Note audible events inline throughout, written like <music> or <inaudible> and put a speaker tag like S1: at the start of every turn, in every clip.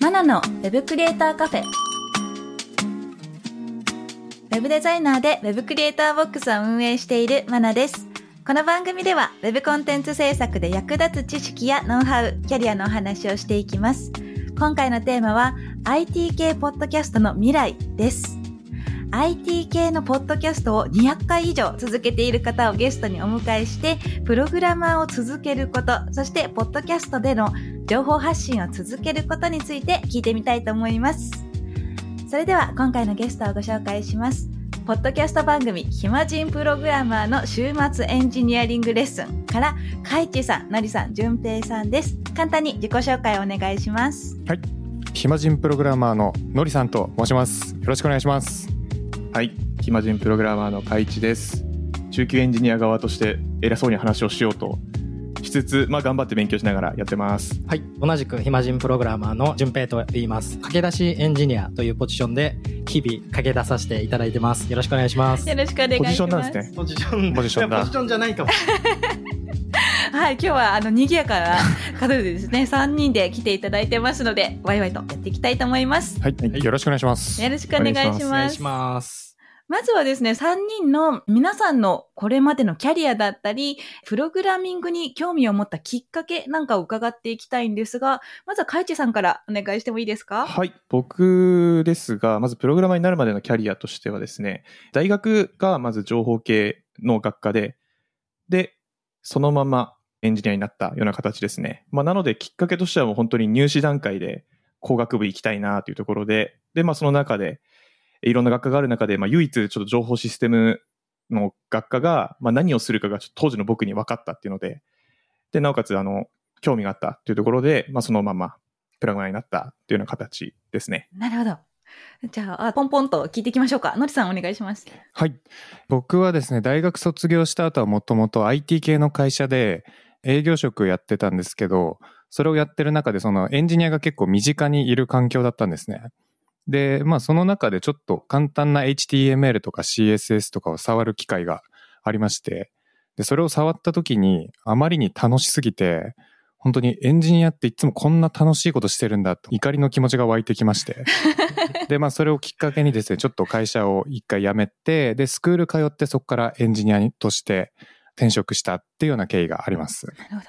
S1: マナの Web クリエイターカフェ Web デザイナーで Web クリエイターボックスを運営しているマナですこの番組では Web コンテンツ制作で役立つ知識やノウハウキャリアのお話をしていきます今回のテーマは IT 系ポッドキャストの未来です IT 系のポッドキャストを200回以上続けている方をゲストにお迎えしてプログラマーを続けることそしてポッドキャストでの情報発信を続けることについて聞いてみたいと思いますそれでは今回のゲストをご紹介しますポッドキャスト番組「暇人プログラマーの週末エンジニアリングレッスン」からかいちさんのりさんじゅんぺいさんです簡単に自己紹介をお願いします
S2: 暇人プログラマーののりさんと申しますよろしくお願いします
S3: はい、暇人プログラマーの海一です。中級エンジニア側として偉そうに話をしようとしつつ、まあ頑張って勉強しながらやってます。
S4: はい。同じく、暇人プログラマーの順平と言います。駆け出しエンジニアというポジションで、日々駆け出させていただいてます。よろしくお願いします。
S1: ろしくお願
S3: ポジションなんですね。
S4: ポジション
S2: ポジションだ
S4: いやポジションじゃないかも。
S1: はい、今日はあの賑やかな方でですね、3人で来ていただいてますので、ワイワイとやっていきたいと思います。
S2: はい、よろしくお願いします
S1: よろしくお願いします。
S4: お願いします。
S1: まずはですね、3人の皆さんのこれまでのキャリアだったり、プログラミングに興味を持ったきっかけなんかを伺っていきたいんですが、まずはカイチさんからお願いしてもいいですか
S3: はい、僕ですが、まずプログラマーになるまでのキャリアとしてはですね、大学がまず情報系の学科で、で、そのままエンジニアになったような形ですね。まあ、なのできっかけとしてはもう本当に入試段階で工学部行きたいなというところで、で、まあその中で、いろんな学科がある中で、まあ唯一ちょっと情報システムの学科が、まあ何をするかがちょっと当時の僕に分かったっていうので、で、なおかつあの、興味があったというところで、まあそのままプラグナーになったっていうような形ですね。
S1: なるほど。じゃあ、あポンポンと聞いていきましょうか。のりさんお願いします。
S2: はい僕はですね大学卒業した後はもともと IT 系の会社で営業職やってたんですけどそれをやってる中でそのエンジニアが結構身近にいる環境だったんですねでまあその中でちょっと簡単な HTML とか CSS とかを触る機会がありましてでそれを触った時にあまりに楽しすぎて本当にエンジニアっていつもこんな楽しいことしてるんだと怒りの気持ちが湧いてきましてでまあそれをきっかけにですねちょっと会社を一回辞めてでスクール通ってそこからエンジニアとして転職したっていうような経緯があります。
S1: なるほど。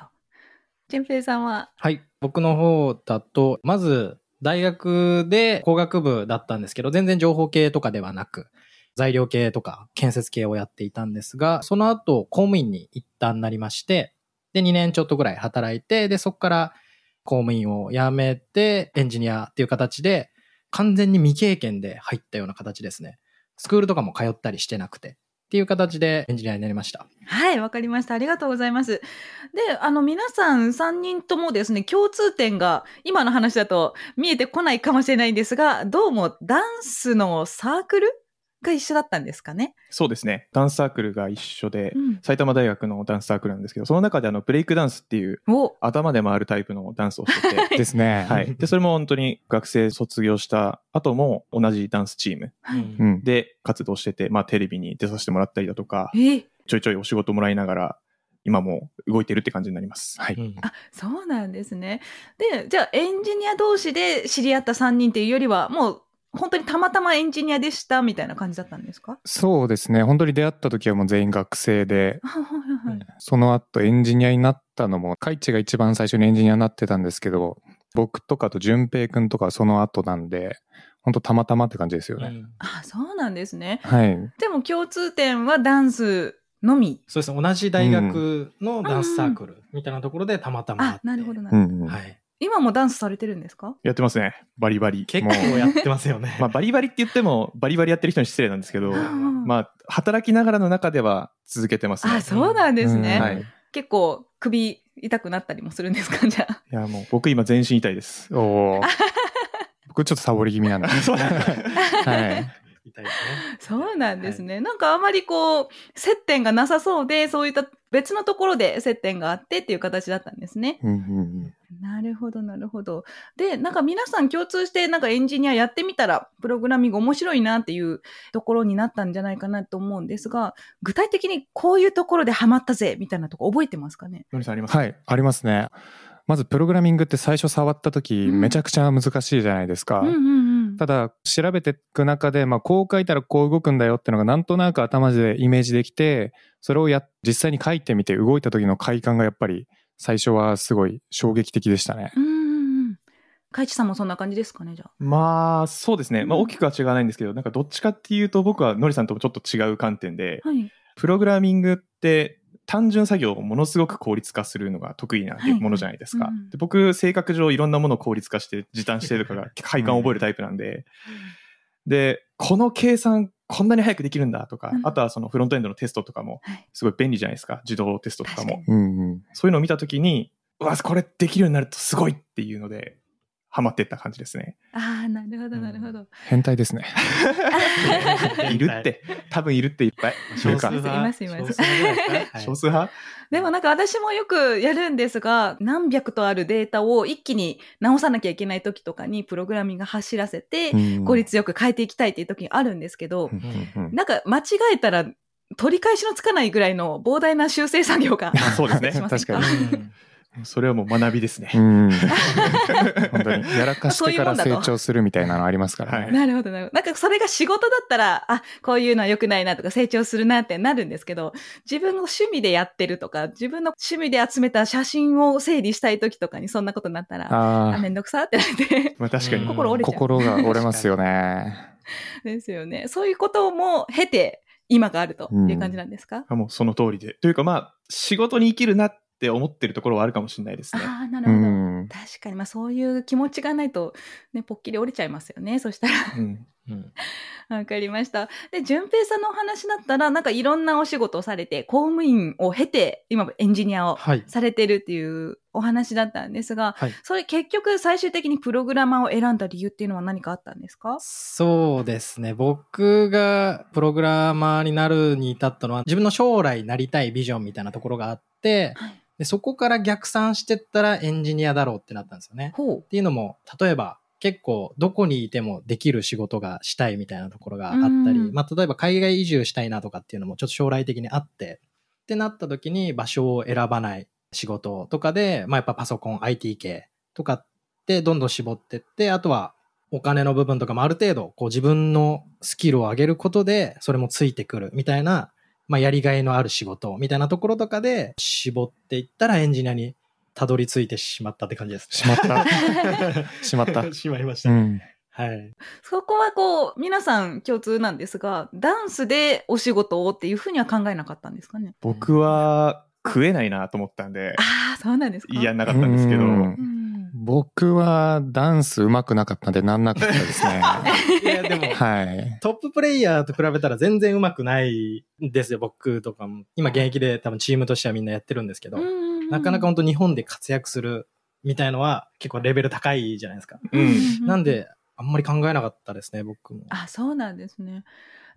S1: ジェンペイさんは、
S4: はい。僕の方だと、まず、大学で工学部だったんですけど、全然情報系とかではなく、材料系とか建設系をやっていたんですが、その後、公務員に一旦なりまして、で、2年ちょっとぐらい働いて、で、そこから公務員を辞めて、エンジニアっていう形で、完全に未経験で入ったような形ですね。スクールとかも通ったりしてなくて、っていう形でエンジニアになりました。
S1: はい、わかりました。ありがとうございます。で、あの、皆さん3人ともですね、共通点が、今の話だと見えてこないかもしれないんですが、どうもダンスのサークルが一緒だったんですかね。
S3: そうですね。ダンスサークルが一緒で、
S1: うん。
S3: 埼玉大学のダンスサークルなんですけど、その中であの、ブレイクダンスっていう
S1: お、
S3: 頭で回るタイプのダンスをしてて、
S2: ですね。。
S3: はい。で、それも本当に学生卒業した後も同じダンスチーム
S1: はいう
S2: ん、
S3: で活動してて、まあテレビに出させてもらったりだとか、
S1: え、
S3: ちょいちょいお仕事もらいながら、今も動いてるって感じになります。はい。
S4: うん
S1: あ、そうなんですね。で、じゃあエンジニア同士で知り合った3人っていうよりは、もう、本当にたまたまエンジニアでしたみたいな感じだったんですか
S2: そうですね本当に出会った時はもう全員学生で
S1: あはいはいはい。
S2: その後エンジニアになったのもカイチが一番最初にエンジニアになってたんですけど僕とかと淳平くんとかはその後なんで本当たまたまって感じですよね。
S1: あ、そうなんですね。
S2: はい
S1: でも共通点はダンスのみ。
S4: そうですね。同じ大学のダンスサークルみたいなところでたまたま会っ
S1: あ
S4: て、
S1: なるほどなるほど
S2: う。んうん
S4: はい。
S1: 今もダンスされてるんですか
S3: やってますね。バリバリ。
S4: 結
S3: も
S4: 構
S3: う
S4: やってますよね。
S3: まあバリバリって言っても、バリバリやってる人に失礼なんですけど、
S1: うん
S3: まあ働きながらの中では続けてますね。
S1: あ、そうなんですね。
S2: うん
S3: はい。い
S1: 結構首 <laughs> 痛くなったりもするんですかじゃあ。
S3: やもう僕今全身痛いです。
S2: おー僕ちょっとサボり気味な
S3: <laughs>
S2: んで。
S3: そうなんだ
S2: はい。
S4: 痛いですね。
S1: <laughs> そうなんですね、なんかあまりこう、接点がなさそうで、そういった別のところで接点があってっていう形だったんですね。
S2: うんうんうん
S1: なるほど、なるほど。で、なんか皆さん共通して、なんかエンジニアやってみたら、プログラミング面白いなっていうところになったんじゃないかなと思うんですが、具体的にこういうところでハマったぜ、みたいなとこ覚えてますかね
S3: のりさんあります
S2: はい、ありますね。まずプログラミングって最初触った時、
S1: うん
S2: めちゃくちゃ難しいじゃないですか。
S1: うんうんうん。
S2: ただ調べていく中で、まあ、こう書いたらこう動くんだよってのがなんとなく頭でイメージできてそれをや実際に書いてみて動いた時の快感がやっぱり最初はすごい衝撃的でしたね。
S1: うんうんうん。かいちさんもそんな感じですかね、じゃあ。
S3: まあ、そうですね。まあ、大きくは違わないんですけど、なんかどっちかっていうと、僕はのりさんともちょっと違う観点で、
S1: はい。
S3: プログラミングって単純作業をものすごく効率化するのが得意な
S1: はい
S3: ものじゃないですか。
S1: うん
S3: で僕、性格上いろんなものを効率化して時短してとか <laughs> が快感を覚えるタイプなんで、で、この計算こんなに早くできるんだとか
S1: う、ん
S3: あとはそのフロントエンドのテストとかも
S1: はい
S3: すごい便利じゃないですか。自動テストとか
S1: 確か
S3: も
S1: に。。
S2: うんうん、
S3: そういうのを見たときに、うわ、これできるようになるとすごいっていうので、ハマってった感じですね。
S1: ああ、なるほど、なる <laughs> ほど。
S2: 変態ですね。
S3: いるって、多分いるっていっぱい。
S2: 少数
S3: か
S1: 派いますいます
S4: 少数派ぐらいですかはい
S3: 少数派
S1: でもなんか私もよくやるんですが、何百とあるデータを一気に直さなきゃいけない時とかにプログラミング走らせて
S2: う、ん
S1: 効率よく変えていきたいっていう時あるんですけど
S2: う、んうんうん
S1: なんか間違えたら取り返しのつかないぐらいの膨大な修正作業
S2: <laughs>
S1: が。
S3: あそうです
S1: <laughs>
S3: ね。
S1: ません
S2: 確かに。
S3: それはもう学びです <laughs>
S2: う
S3: ね。
S2: ん、本当にや
S1: <laughs>
S2: らかしてから成長するみたいなのありますから
S3: は
S2: ね。
S3: い
S1: なるほど、なるほど。なんかそれが仕事だったら、あ、こういうのは良くないなとか成長するなってなるんですけど、自分の趣味でやってるとか、自分の趣味で集めた写真を整理したい時とかにそんなことになったら、<laughs>
S2: あ
S1: あ、めんどくさってなって。
S3: まあ確かに。
S4: うん
S1: 心折
S2: あ
S1: れちゃう
S2: 心が折れま
S1: <laughs>
S2: すよね。
S1: ですよね。そういうことも経て、今があるという感じなんですか、
S3: あもうその通りで。というかまあ、仕事に生きるなって思ってるところはあるかもしれないですね。
S1: ああ、なる
S2: う
S1: ほど。
S2: ん、
S1: 確かに、まあそういう気持ちがないと、ね、ぽっきり折れちゃいますよね。 <laughs> そしたら、
S3: うん。
S4: うん
S1: わかりました。で、淳平さんのお話だったら、なんかいろんなお仕事をされて、公務員を経て、今エンジニアを
S4: はい。
S1: されてるっていうお話だったんですが、
S4: はい
S1: それ結局最終的にプログラマーを選んだ理由っていうのは何かあったんですか
S4: そうですね。僕がプログラマーになるに至ったのは、自分の将来なりたいビジョンみたいなところがあって、
S1: はい
S4: でそこから逆算してったらエンジニアだろうってなったんですよね。
S1: ほう
S4: っ。ていうのも、例えば結構どこにいてもできる仕事がしたいみたいなところがあったり、
S1: うん
S4: まあ例えば海外移住したいなとかっていうのもちょっと将来的にあって、ってなった時に場所を選ばない仕事とかで、まあやっぱパソコン IT 系とかってどんどん絞ってって、あとはお金の部分とかもある程度こう自分のスキルを上げることでそれもついてくるみたいな、まあやりがいのある仕事みたいなところとかで絞っていったらエンジニアにたどり着いてしまったって感じですね。
S2: しまった。 <laughs> しまった。
S4: <laughs> しまいまし
S2: う
S4: た。
S2: ん、
S4: はい。
S1: そこはこう、皆さん共通なんですが、ダンスでお仕事をっていうふうには考えなかったんですかね
S3: 僕は食えないなと思ったんで、
S1: ああ、そうなんですか
S3: 嫌になかったんですけど、
S2: うん
S1: うん
S2: 僕はダンス上手くなかったんでなんなかったですね。
S4: <laughs> いや、でも、
S2: <laughs> はい。
S4: トッププレイヤーと比べたら全然上手くないんですよ、僕とかも。今現役で多分チームとしてはみんなやってるんですけど、なかなか本当日本で活躍するみたいのは結構レベル高いじゃないですか。
S3: うん
S4: なん、で、あんまり考えなかったですね、僕も。
S1: あそうなんですね。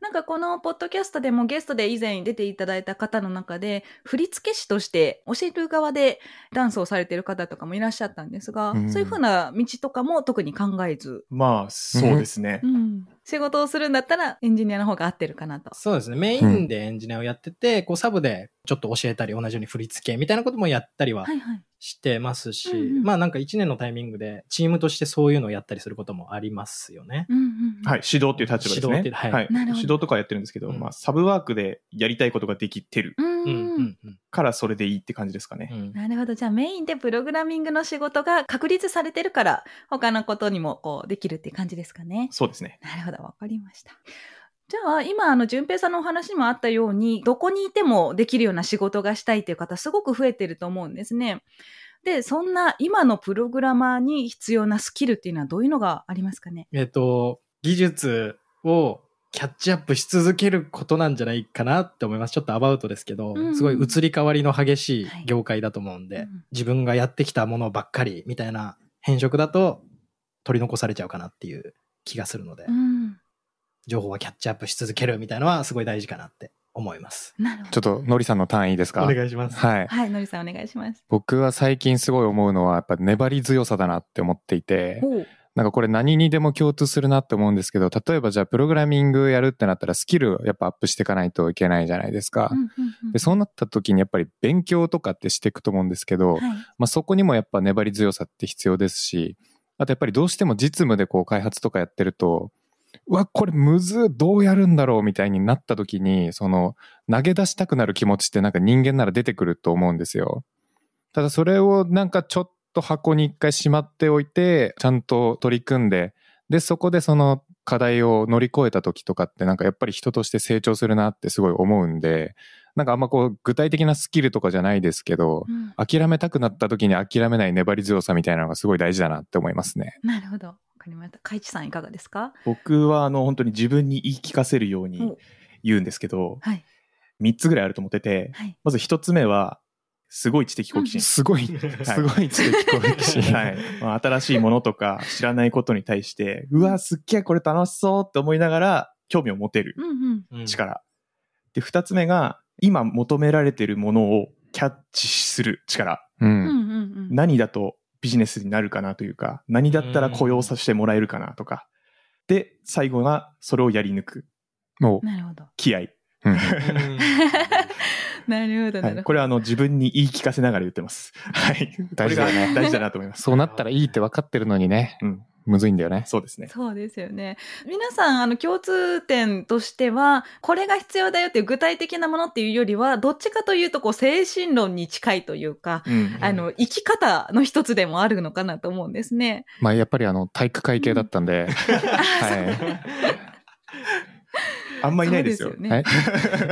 S1: なんかこのポッドキャストでもゲストで以前出ていただいた方の中で、振付師として教える側でダンスをされてる方とかもいらっしゃったんですが、
S2: うん
S1: そういうふうな道とかも特に考えず、
S3: まあ、そうですね。
S1: うん仕事をするんだったらエンジニアの方が合ってるかなと。
S4: そうですね。メインでエンジニアをやってて、こうサブでちょっと教えたり、同じように振り付けみたいなこともやったりは
S1: はいはい。
S4: してますし、
S1: うんうん
S4: まあなんか1年のタイミングでチームとしてそういうのをやったりすることもありますよね。
S1: うんうんうん
S3: はい、指導っていう立場ですね。
S4: 指導っていうはい
S1: なるほど
S3: 指導とかはやってるんですけど、
S4: うん
S3: まあ、サブワークでやりたいことができてる
S1: うん
S4: う
S1: うんん
S4: うんうん
S3: から、それでいいって感じですかね。
S4: うん
S1: なるほど。じゃあメインでプログラミングの仕事が確立されてるから、他のことにもこうできるっていう感じですかね。
S3: そうですね。
S1: なるほど。わかりました。じゃあ、今、あの、淳平さんのお話にもあったように、どこにいてもできるような仕事がしたいという方、すごく増えてると思うんですね。で、そんな今のプログラマーに必要なスキルっていうのはどういうのがありますかね
S4: えっ、と、技術をキャッチアップし続けることなんじゃないかなって思います。ちょっとアバウトですけど、
S1: うん
S4: すごい移り変わりの激しい
S1: はい
S4: 業界だと思うん
S1: う
S4: で、
S1: ん
S4: 自分がやってきたものばっかりみたいな変色だと、取り残されちゃうかなっていう気がするので、
S1: うん。
S4: 情報はキャッチアップし続けるみたいのはすごい大事かなって思います。
S1: なるほど。
S2: ちょっと、のりさんの単位ですか
S4: お願いします。
S2: はい。
S1: はい、のりさんお願いします。
S2: 僕は最近すごい思うのは、やっぱ粘り強さだなって思っていて、
S1: ほう。
S2: なんかこれ何にでも共通するなって思うんですけど、例えばじゃあプログラミングやるってなったらスキルやっぱアップしていかないといけないじゃないですか
S1: うん。うんうん
S2: で、そうなった時にやっぱり勉強とかってしていくと思うんですけど、
S1: はい。
S2: まあ、そこにもやっぱ粘り強さって必要ですし、あとやっぱりどうしても実務でこう開発とかやってると、うわ、これむず、どうやるんだろうみたいになった時に、その投げ出したくなる気持ちってなんか人間なら出てくると思うんですよ。ただそれをなんかちょっと箱に一回しまっておいて、ちゃんと取り組んで、で、そこでその課題を乗り越えた時とかってなんかやっぱり人として成長するなってすごい思うんで、なんかあんまこう具体的なスキルとかじゃないですけど、
S1: うん
S2: 諦めたくなった時に諦めない粘り強さみたいなのがすごい大事だなって思いますね。
S1: なるほど。わかりました。かいちさんいかがですか
S3: 僕は、あの、本当に自分に言い聞かせるように
S1: お
S3: 言うんですけど、
S1: はい。
S3: 3つぐらいあると思ってて、
S1: はい。
S3: まず1つ目は、すごい知的好奇心。
S2: すごい、すごい知的好奇心。
S3: はい。まあ、新しいものとか知らないことに対して、うわ、すっげえこれ楽しそうって思いながら興味を持てる
S1: うんうん。
S4: うん
S3: 力。で、二つ目が、今求められているものをキャッチする力。
S2: <laughs>
S1: う
S2: う
S1: ん
S2: ん。
S1: うんうん。
S3: 何だとビジネスになるかなというか、何だったら雇用させてもらえるかなとか。で、最後が、それをやり抜く。
S2: もう、
S1: なるほど。
S3: 気合。
S2: うん
S4: うん
S1: なるほど、なる
S3: はい、
S1: ほ
S3: こ
S1: ど。
S3: れはあの自分に言い聞かせながら言ってます。はい。
S2: 大事だね
S3: これが大事だなと思います。
S2: そうなったらいいって分かってるのにね、
S3: うん。
S2: むずいんだよね。
S3: そうですね。
S1: そうですよね。皆さん、あの、共通点としては、これが必要だよっていう具体的なものっていうよりは、どっちかというと、こう、精神論に近いというか、
S3: うん。
S1: あの、生き方の一つでもあるのかなと思うんですね。
S2: まあやっぱりあの体育会系だったんで、は
S3: あんまいないですよ
S1: そう。
S2: い。は
S1: ね。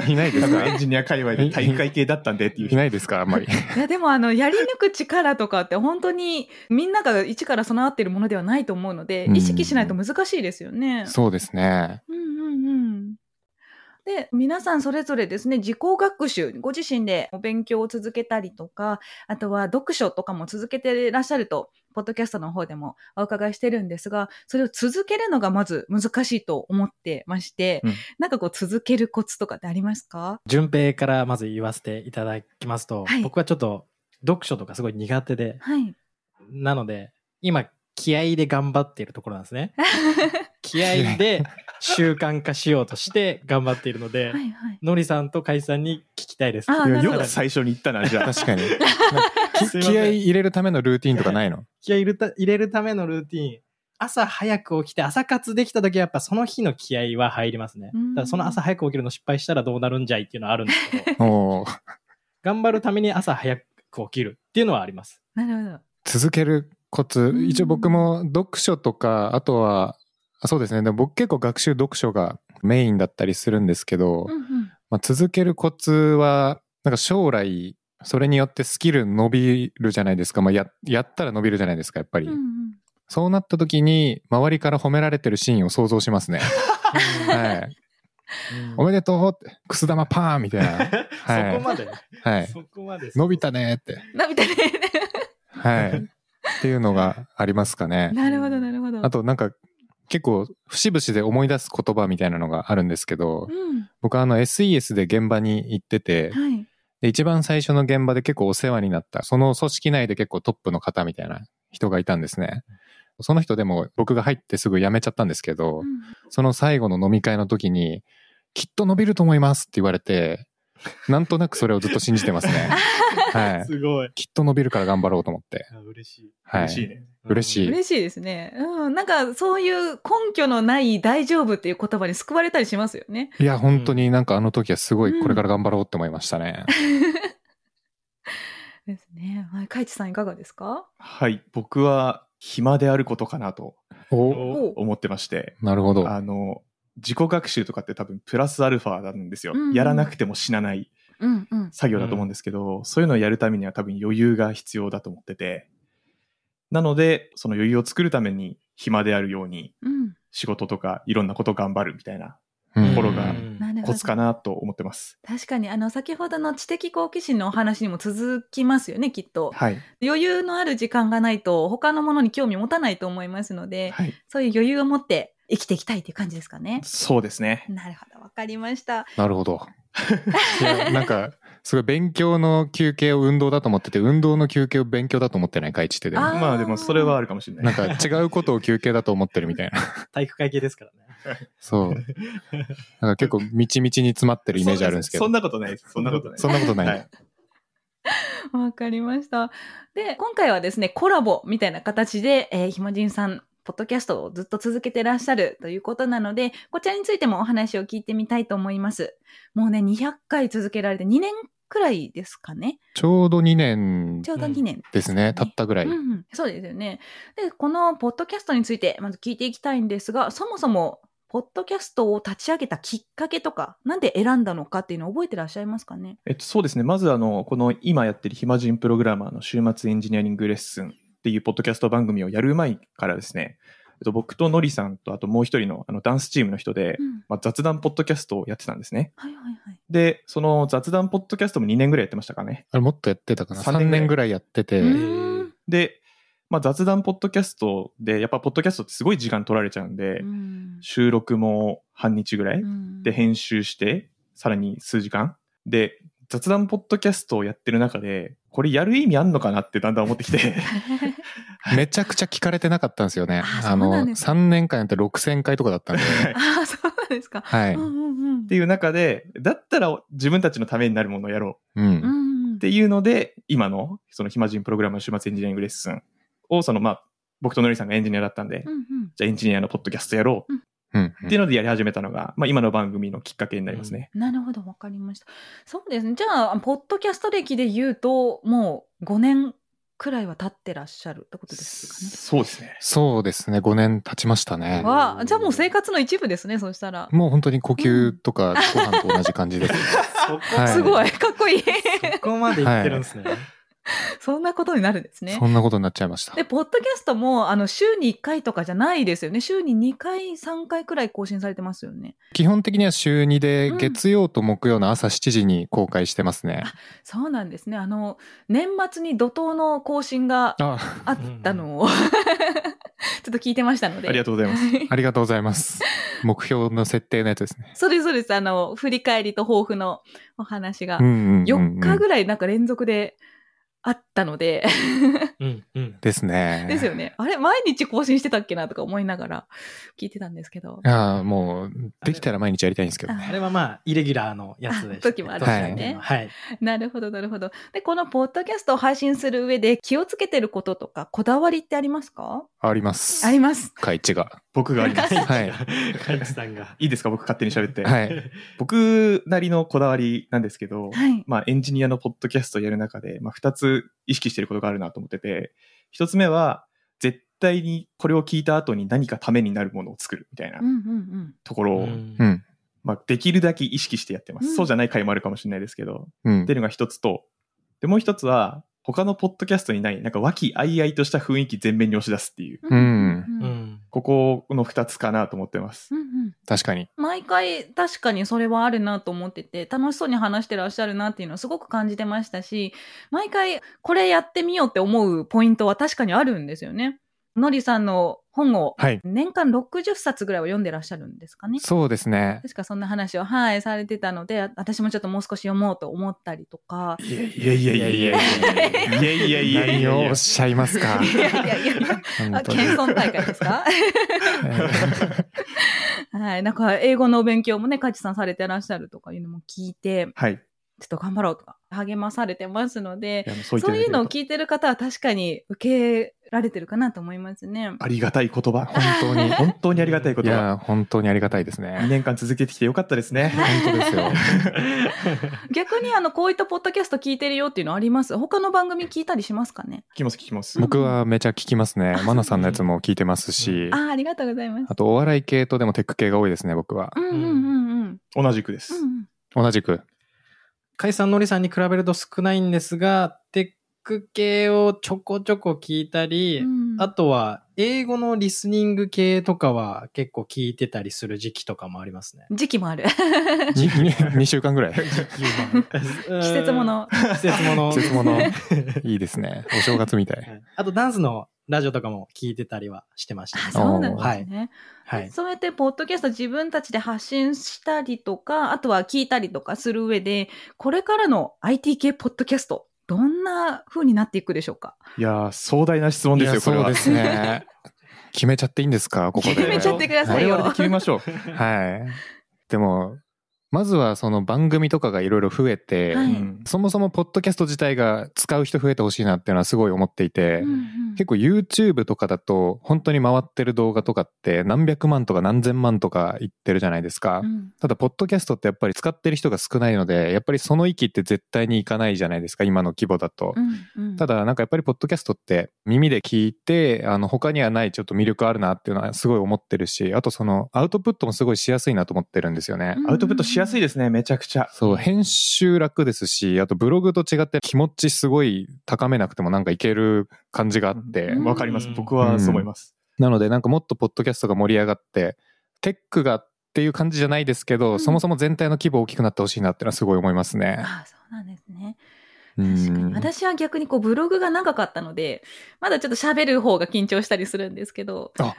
S2: い。いないで
S3: 多
S2: す
S3: 分
S2: か
S3: エン
S2: <laughs>
S3: ジニア界隈で体育会系だったんでっていう
S2: い
S3: 人。
S2: ないですかあんまり。
S1: いや、でもあの、やり抜く力とかって本当に、みんなが一から備わっているものではないと思うので
S2: う、ん
S1: 意識しないと難しいですよね。
S2: そうですね。
S1: うんうんうん。で、皆さんそれぞれですね、自己学習、ご自身でお勉強を続けたりとか、あとは読書とかも続けていらっしゃると、ポッドキャストの方でもお伺いしてるんですが、それを続けるのがまず難しいと思ってまして、
S3: うん
S1: なんかこう続けるコツとかってありますか
S4: 順平からまず言わせていただきますと、
S1: はい
S4: 僕はちょっと読書とかすごい苦手で、
S1: はい。
S4: なので、今、気合で頑張っているところなんです
S1: <laughs>
S4: ね。気合で習慣化しようとして頑張っているので、
S1: はいはい。
S4: のりさんとかいさんに聞きたいです。
S1: あー
S3: い
S1: な
S3: や
S1: る
S3: よ
S1: ほど
S3: く最初に言ったな、じゃあ。
S2: 確かに。
S4: すいません
S2: 気合い入れるためのルーティンとかないの
S4: 気合入れた入れるためのルーティン。朝早く起きて朝活できた時はやっぱその日の気合は入りますね
S1: うん。
S4: ただその朝早く起きるの失敗したらどうなるんじゃいっていうのはあるんですけ
S1: <laughs>
S4: ど、
S2: おー
S4: 頑張るために朝早く起きるっていうのはあります。
S1: なるほど。
S2: 続けるコツ
S1: うん
S2: 一応僕も読書とかあとはあそうですねでも僕結構学習読書がメインだったりするんですけど、
S1: うんうん。
S2: まあ、続けるコツはなんか将来それによってスキル伸びるじゃないですか、まあ、ややったら伸びるじゃないですかやっぱり、
S1: うんうん
S2: そうなった時に周りから褒められてるシーンを想像しま
S1: <laughs>
S2: すねはいおめでとうってくす玉パーンみたいなはい
S4: そこまで、
S2: はい
S4: そこまで。
S2: 伸びたねって
S1: なみたいな。
S2: はいっていうのがありますかね
S1: なるほど、なるほど。
S2: あとなんか結構節々で思い出す言葉みたいなのがあるんですけど
S1: うん。
S2: 僕はあの SES で現場に行ってて
S1: はい。
S2: で一番最初の現場で結構お世話になったその組織内で結構トップの方みたいな人がいたんですねその人でも僕が入ってすぐ辞めちゃったんですけど
S1: うん
S2: その最後の飲み会の時にきっと伸びると思いますって言わ
S1: <laughs>
S2: れてなんとなくそれをずっと信じてますねはい
S4: すごい。
S2: きっと伸びるから頑張ろうと思って
S4: あ嬉しい。
S2: はい
S3: 嬉しいね。
S2: 嬉しい
S1: 嬉しいですね。うん。なんか、そういう根拠のない大丈夫っていう言葉に救われたりしますよね。
S2: いや本当になんかあの時はすごいこれから頑張ろうって思いましたね、
S1: ですね。はい。かいちさんいかがですか
S3: はい。僕は暇であることかなと
S2: お
S1: <laughs> お
S3: 思ってまして、
S2: なるほど。
S3: あの、自己学習とかって多分プラスアルファなんですよ。
S1: うんうん
S3: やらなくても死なない
S1: うんうん。
S3: 作業だと思うんですけど、そういうのをやるためには多分余裕が必要だと思ってて、なので、その余裕を作るために暇であるように
S1: うん。
S3: 仕事とかいろんなこと頑張るみたいな
S2: うん
S3: ところが
S1: なるほ
S3: コ
S1: ど
S3: ツかなと思ってます。
S1: 確かにあの先ほどの知的好奇心のお話にも続きますよねきっと
S3: はい。
S1: 余裕のある時間がないと他のものに興味持たないと思いますので
S3: はい。
S1: そういう余裕を持って生きていきたいという感じですかね
S3: そうですね。
S1: なるほどわかりました
S2: なるほど。いや、なんか、すごい勉強の休憩を運動だと思ってて、運動の休憩を勉強だと思ってない、かいちってでも
S1: あー
S3: まあでもそれはあるかもしれない。
S2: なんか違うことを休憩だと思ってるみたいな。
S4: 体育会系ですからね。
S2: そう。なんか結構、みちみちに詰まってるイメージあるんですけど。
S3: そんなことないです。そんなことない。
S2: そんなことない。
S3: はい
S1: <laughs> わかりました。で、今回はですね、コラボみたいな形で、えーひもじんさん、ポッドキャストをずっと続けてらっしゃるということなので、こちらについてもお話を聞いてみたいと思います。もうね、200回続けられて2年くらいですかね。
S2: ちょうど2年
S1: ちょうど2年、
S2: ですね、たったぐらい。
S1: うんうん。そうですよね。で、このポッドキャストについて、まず聞いていきたいんですが、そもそも、ポッドキャストを立ち上げたきっかけとか、なんで選んだのかっていうのを覚えてらっしゃいますかね
S3: えっと、そうですね。まずあの、この今やってる暇人プログラマーの週末エンジニアリングレッスンっていうポッドキャスト番組をやる前からですね、えっと、僕とのりさんとあともう一人のあのダンスチームの人で、
S1: うん。
S3: まあ、雑談ポッドキャストをやってたんですね。
S1: はいはいはい。
S3: で、その雑談ポッドキャストも2年ぐらいやってましたかね。
S2: あれもっとやってたかな。3
S3: 三
S2: 年
S3: 年
S2: ぐ
S3: ぐ
S2: らいやってて。
S1: う
S2: うん
S1: ん
S3: で、まあ、雑談ポッドキャストで、やっぱポッドキャストってすごい時間取られちゃうんで、
S1: うん
S3: 収録も半日ぐらい、
S1: うん
S3: で、編集して、さらに数時間。で、雑談ポッドキャストをやってる中で、これやる意味あんのかなってだんだん思ってきて。
S2: めちゃくちゃ聞かれてなかったんですよね。
S1: あ
S2: あ
S1: そうな
S2: の、
S1: んです
S2: 3年間やって6000回とかだったんで。
S1: <laughs> ああ、そうなんですか。
S2: はい。
S1: う
S2: うんん。
S1: うんうん
S3: っていう中で、だったら自分たちのためになるものをやろ
S1: うんうん
S3: うっていうので、今のその暇人プログラムの週末エンジニアリングレッスンを、そのまあ、僕とのりさんがエンジニアだったんで、
S1: うんうん
S3: じゃあエンジニアのポッドキャストやろう
S2: うん
S3: っていうのでやり始めたのが、まあ今の番組のきっかけになりますね。
S1: なるほど、わかりました。そうですね。じゃあ、ポッドキャスト歴で言うと、もう5年くらいは経ってらっしゃるってことですかね。
S3: そうですね。
S2: そうですね、5年経ちましたね。
S1: わあ、じゃあもう生活の一部ですね、そしたら。
S2: もう本当に呼吸とかご飯と同じ感じですね。
S4: そこ
S2: はい
S1: すごい、かっこいい。
S4: そこまで言ってるんですね。
S1: そんなことになるんです <laughs> ね
S2: そ。んなことになっちゃいました
S1: で、。ポッドキャストも、あの、週に1回とかじゃないですよね。週に2回、3回くらい更新されてますよね。
S2: 基本的には週2で
S1: うん
S2: 月曜と木曜の朝7時に公開してますね。
S1: そうなんですね。あの、年末に怒涛の更新が
S2: あ、
S1: あったのを、ちょっと聞いてましたので。
S3: ありがとうございます。
S1: はい
S2: ありがとうございます。目標の設定のやつですね。
S1: <laughs> そうです、そうです。あの、振り返りと抱負のお話が
S2: う、んうんうん
S1: 4日
S2: うん。
S1: ぐらいなんか連続であったので、
S4: うんうん。
S2: ですね。
S1: <laughs> ですよね。あれ、毎日更新してたっけなとか思いながら <laughs> 聞いてたんですけ
S2: <laughs>
S1: ど
S2: い。やーもう、できたら毎日やりたいんですけど
S1: あ
S2: ね。
S4: あれはまあ、イレギュラーのやつでした
S1: あ時もあるんですね
S4: はい。
S1: なるほど、なるほど。で、このポッドキャストを配信する上で気をつけてることとか、こだわりってありますか
S2: あります。
S1: あります。
S2: かいちが。
S3: 僕があります。
S2: はい。
S4: カイチさんが。
S3: いいですか僕勝手に喋って。
S2: はい。
S3: 僕なりのこだわりなんですけど、
S1: はい。
S3: まあエンジニアのポッドキャストをやる中で、まあ二つ意識してることがあるなと思ってて、一つ目は、絶対にこれを聞いた後に何かためになるものを作るみたいな
S1: うんうん
S3: ところを、
S2: うん。
S3: まあできるだけ意識してやってます。
S1: うん
S3: そうじゃない回もあるかもしれないですけど、
S2: うん
S3: っていうのが一つと、で、もう一つは、他のポッドキャストにない、なんか和気あいあいとした雰囲気全面に押し出すっていう、
S1: うん。う
S4: う
S1: ん
S4: ん。
S3: ここの二つかなと思ってます。
S1: うん。
S2: 確かに。
S1: 毎回確かにそれはあるなと思ってて楽しそうに話してらっしゃるなっていうのをすごく感じてましたし毎回これやってみようって思うポイントは確かにあるんですよね。のりさんの本を
S2: はい。
S1: 年間60冊ぐらいは読んでらっしゃるんですかね。
S2: そうですね。
S1: 確かそんな話を、はい、されてたのであ私もちょっともう少し読もうと思ったりとか。
S3: いやいやいやいやいやいやいやいやいやい
S2: 何
S3: や
S2: を
S3: い
S2: お
S3: や
S2: っしゃいま
S1: <laughs>
S2: すか。
S1: いやいやいやあ
S2: <laughs> 本当に
S1: 謙遜大会ですか <laughs> はい。なんか、英語のお勉強もね、カチさんされてらっしゃるとかいうのも聞いて、
S3: はい。
S1: ち
S3: い
S1: ょっと頑張ろうとか、励まされてますので、
S3: やもうそう
S1: そう
S3: 言っ
S1: い
S3: ていた
S1: う
S3: だ
S1: の
S3: け
S1: を
S3: る
S1: 聞い
S3: と
S1: てる方は確かに受けられてるかなと思いますね。
S3: ありがたい言葉。
S2: 本当に。
S3: 本当にありがたい言
S2: い
S3: 葉。
S2: や、本当にありがたいですね。
S3: 2年間続けてきてよかったですね。 <laughs>
S2: 本当で
S1: <laughs>
S2: すよ。
S1: 逆にあの、こういったポッドキャスト聞いてるよっていうのあります他の番組聞いたりしますかね
S3: 聞きます聞きます。
S2: 僕はめちゃ聞きますね
S1: あ。
S2: マナさんのやつも聞いてますし、
S1: <laughs> ああ、ありがとうございます
S2: あ。とお笑い系とでもテック系が多いですね、僕は
S1: う。んうんうんうん。
S3: 同じくで
S1: う
S3: す。
S1: んうん
S2: 同
S1: <laughs>
S2: じく。
S4: カイさん、ノリさんに比べると少ないんですが、テック系をちょこちょこ聞いたり、
S1: うん
S4: あとは英語のリスニング系とかは結構聞いてたりする時期とかもありますね。
S1: 時期もある。
S2: 2週間ぐ
S1: <laughs>
S2: らい。
S4: <laughs>
S1: 季節もの。
S4: 季節もの。
S2: 季節も
S1: <laughs>
S2: の。いいですね。お正月みた。
S4: はいいあとダンスのラジオとかも聞いてたりはしてましたね、
S1: あ、そうなんですね。
S4: はい。
S1: そうやって、ポッドキャスト自分たちで発信したりとか、あとは聞いたりとかする上で、これからの IT 系ポッドキャスト、どんな風になっていくでしょうか
S3: いやー、壮大な質問
S2: い
S3: です
S2: や
S3: よ、これ
S2: そう
S3: は
S2: で。
S1: <laughs>
S2: すね。決めちゃっていいんですかここで。
S1: 決めちゃってくださ
S3: 我
S1: いよ。
S3: 々で決めましょう。
S2: はい。でも、まずはその番組とかがいろいろ増えて、
S1: は
S3: う
S1: い
S3: ん
S2: そもそもポッドキャスト自体が使う人増えてほしいなっていうのはすごい思っていて、
S1: うんうん
S2: 結構 YouTube とかだと本当に回ってる動画とかって何百万とか何千万とか言ってるじゃないですか。
S1: うん
S2: ただ、ポッドキャストってやっぱり使ってる人が少ないので、やっぱりその域って絶対にいかないじゃないですか、今の規模だと。
S1: うんうん
S2: ただなんかやっぱりポッドキャストって耳で聞いてあの他にはないちょっと魅力あるなっていうのはすごい思ってるしあとそのアウトプットもすごいしやすいなと思ってるんですよね。
S1: うん
S3: アウトプットしやすいですね、めちゃくちゃ。
S2: そう編集楽ですしあとブログと違って気持ちすごい高めなくてもなんかいける感じがあって、
S1: うん
S3: わかります
S4: う。ん
S3: 僕はそう思います。
S2: なのでなんかもっとポッドキャストが盛り上がってテックがっていう感じじゃないですけど、
S1: うん
S2: そもそも全体の規模大きくなってほしいなっていうのはすごい思いますね。
S1: あそうなんですね。
S2: うん
S1: 確かに。私は逆にこうブログが長かったので、まだちょっと喋る方が緊張したりするんですけど。
S2: あ
S4: うん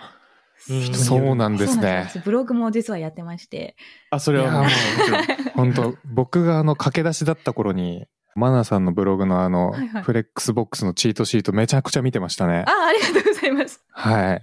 S1: 人による
S2: そうなんです
S1: そうなんで
S2: ね
S1: す。よブログも実はやってまして。
S3: あ、それはもう、
S2: い
S3: も
S2: や
S3: ちろん。
S2: 本当僕があの駆け出しだった頃にマナさんのブログのあの、
S1: はいはい
S2: フレックスボックスのチートシートめちゃくちゃ見てましたね
S1: あ、ありがとうございます。
S2: はい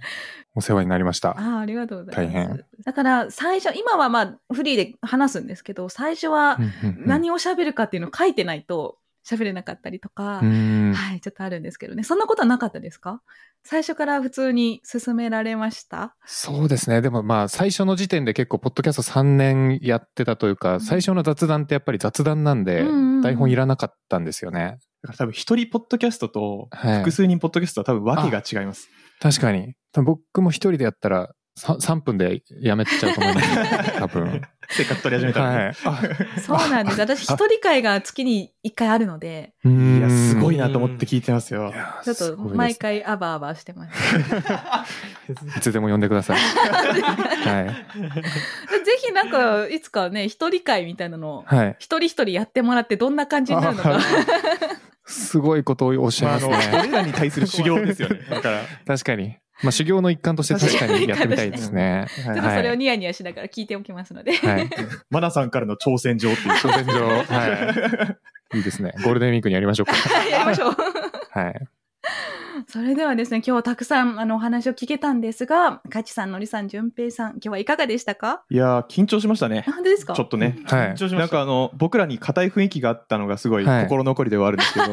S2: お世話になりました
S1: あ、ありがとうございます。
S2: 大変
S1: だから最初、今はまあフリーで話すんですけど、最初は何を喋るかっていうのを書いてないと喋れなかったりとか、
S2: うん
S1: はい、ちょっとあるんですけどね。そんなことはなかったですか最初から普通に進められま
S2: <laughs>
S1: した
S2: そうですねでもまあ最初の時点で結構ポッドキャスト3年やってたというか、
S1: ん
S2: 最初の雑談ってやっぱり雑談なんで、
S1: うんうんうん
S2: 台本いらなかったんですよね、
S3: だから多分一人ポッドキャストと
S2: はい
S3: 複、数人ポッドキャストは多分訳が違います。
S2: 確かに多分僕も一人でやったら 3, 分でやめちゃうと思います
S3: <laughs>
S2: 多分
S3: せっかく取り始めたのに
S2: はい
S1: そうなんです。私、一人会が月に1回あるので、
S3: いや、すご
S2: い
S3: いなと思って聞いてますよ。
S2: や
S1: ちょっ
S2: す
S1: と
S2: ごいです
S1: 毎回アバアバしてます。 <laughs>
S2: いつでも呼んでください。はい。
S1: ぜひなんか、いつかね、一人会みたいなのを、
S2: はい。
S1: 一人一人やってもらってどんな感じになるのか。
S2: すごいことをおっしゃい
S3: まあ、
S2: ま
S3: あ
S2: す
S3: の、
S2: ね。
S3: 俺らに対する修行ですよね。だから、
S2: 確かに。まあ、修行の一環として確かにやってみたいですね。
S3: の
S1: <laughs> ちょっとそれをニヤニヤしながら聞いておきますので。
S2: はい。
S3: マナさんからの挑戦状っていう。
S2: 挑戦状。 <laughs> はい。いいですね。ゴールデンウィークにやりましょう <laughs> か。
S1: <laughs> やりましょう。
S2: はい。
S1: それではですね、今日たくさんあのお話を聞けたんですが、かちさん、のりさん、じゅんぺいさん、今日はいかがでしたか
S3: <laughs> いやー、緊張しましたね。
S1: 本当ですか
S3: ちょっとね。
S2: はい。
S3: なんかあの、僕らに硬い雰囲気があったのがすごい
S2: はい
S3: 心残りではあるんですけ <laughs> ど、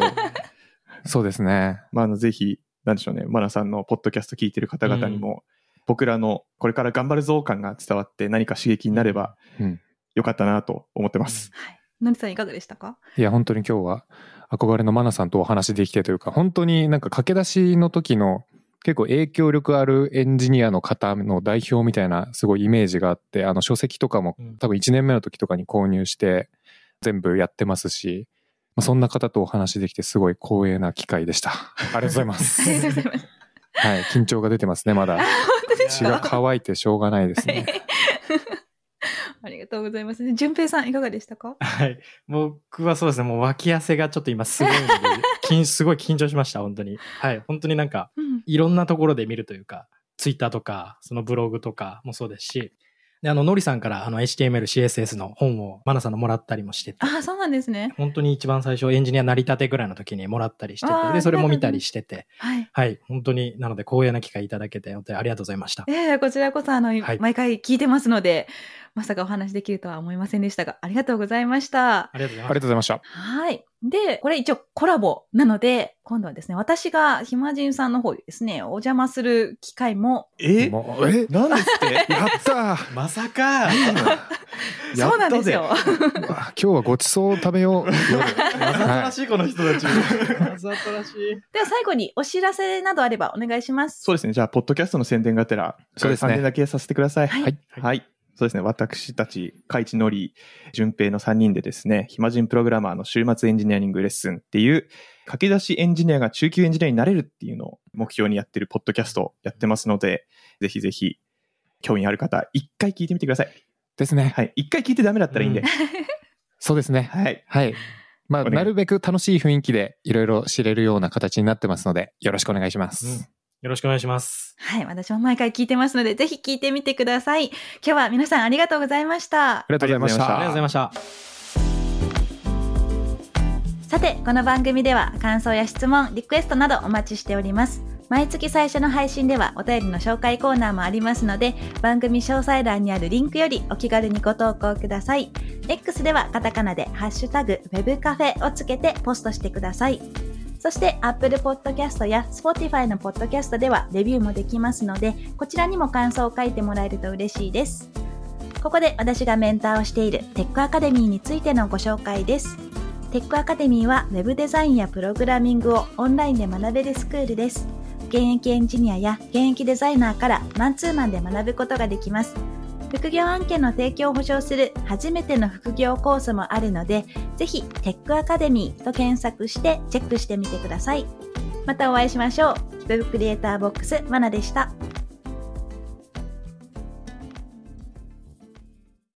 S2: そうですね。
S3: まあ、あの、ぜひ、なんでしょうね、マナさんのポッドキャスト聞いてる方々にも、僕らのこれから頑張るぞ感が伝わって何か刺激になれば
S2: うん、
S3: よかったなと思ってます。
S1: のりさん、いかがでした
S2: <laughs>
S1: か
S2: いや、本当に今日は憧れのマナさんとお話できてというか、本当になんか駆け出しの時の結構影響力あるエンジニアの方の代表みたいなすごいイメージがあって、あの書籍とかも
S4: うん
S2: 多分1年目の時とかに購入して全部やってますし、まあ、そんな方とお話できてすごい光栄な機会でした。 <laughs> ありがとうございま
S1: ありが
S2: す。
S1: とうございます。
S2: はい、緊張が出てますね、まだ。
S1: 本当です
S2: 血が
S1: か
S2: 乾いてしょうがないです <laughs> ね。
S1: ありがとうございます。じゅんぺいさん、いかがでしたか
S4: はい。僕はそうですね、もう脇汗がちょっと今すごいの
S1: <laughs>
S4: で、緊すごい緊張しました、本当に。はい。本当になんか、
S1: うん。
S4: いろんなところで見るというか、ツイッターとか、そのブログとかもそうですし、で、あの、ノリさんから、あの、HTML、CSS の本を、マナさんのもらったりもしてて、
S1: あ、そうなんですね。
S4: 本当に一番最初、エンジニア成り立てぐらいの時にもらったりして
S1: あー
S4: て、
S1: ありがとう
S4: で、それも見たりしてて、
S1: はい。
S4: はい。本当に、なので、光栄な機会いただけて、本当にありがとうございました。
S1: ええこちらこそ、あの、
S4: い
S1: 毎回聞いてますので、まさかお話できるとは思いませんでしたが、ありがとうございました。
S4: ありがとうござい
S2: あ
S4: ます
S2: りがとう。ございました。
S1: はい。で、これ一応コラボなので、今度はですね、私がひまじんさんの方にですね、お邪魔する機会も、
S3: え
S2: もうえ
S3: なんです
S2: <laughs>
S3: って
S2: やった
S4: <laughs>
S2: ー
S4: まさか
S3: やったぜ
S1: そうなんですよ。 <laughs>
S2: うわ今日はごちそうを食べよう。
S4: わざと
S2: は
S4: らしい、この人たち。 <laughs> わざとらしい。
S1: では最後にお知らせなどあればお願いします。
S3: そうですね。じゃあ、ポッドキャストの宣伝がてら、
S2: そうですね
S3: 宣伝だけさせてください。
S1: はい
S2: はい
S3: はい。そうですね。私たち、カイチノリ、順平の3人でですね、暇人プログラマーの週末エンジニアリングレッスンっていう、駆け出しエンジニアが中級エンジニアになれるっていうのを目標にやってるポッドキャストをやってますので、ぜひぜひ、興味ある方、一回聞いてみてください。
S2: ですね。
S3: はい。一回聞いてダメだったらいいんで。
S4: うん
S2: そうですね。
S3: はい。
S2: はい。まあ、
S3: お願い
S2: なるべく楽しい雰囲気でいろいろ知れるような形になってますので、よろしくお願いします。
S4: うんよろしくお願いします。
S1: はい、私も毎回聞いてますので、ぜひ聞いてみてください。今日は皆さんありがとうございました
S2: あ。りがとうございまし
S3: あ
S4: ありがとうござい
S2: た。
S4: ました。
S1: さて、この番組では感想や質問、リクエストなどお待ちしております。毎月最初の配信ではお便りの紹介コーナーもありますので、番組詳細欄にあるリンクよりお気軽にご投稿ください。X ではカタカナでハッシュタグ Web カフェをつけてポストしてください。そして、Apple Podcast や Spotify の Podcast ではレビューもできますので、こちらにも感想を書いてもらえると嬉しいです。ここで私がメンターをしているテックアカデミーについてのご紹介です。テックアカデミーは Web デザインやプログラミングをオンラインで学べるスクールです。現役エンジニアや現役デザイナーからマンツーマンで学ぶことができます。副業案件の提供を保証する初めての副業コースもあるので、ぜひテックアカデミーと検索してチェックしてみてください。またお会いしましょう。Web クリエイターボックス、まなでした。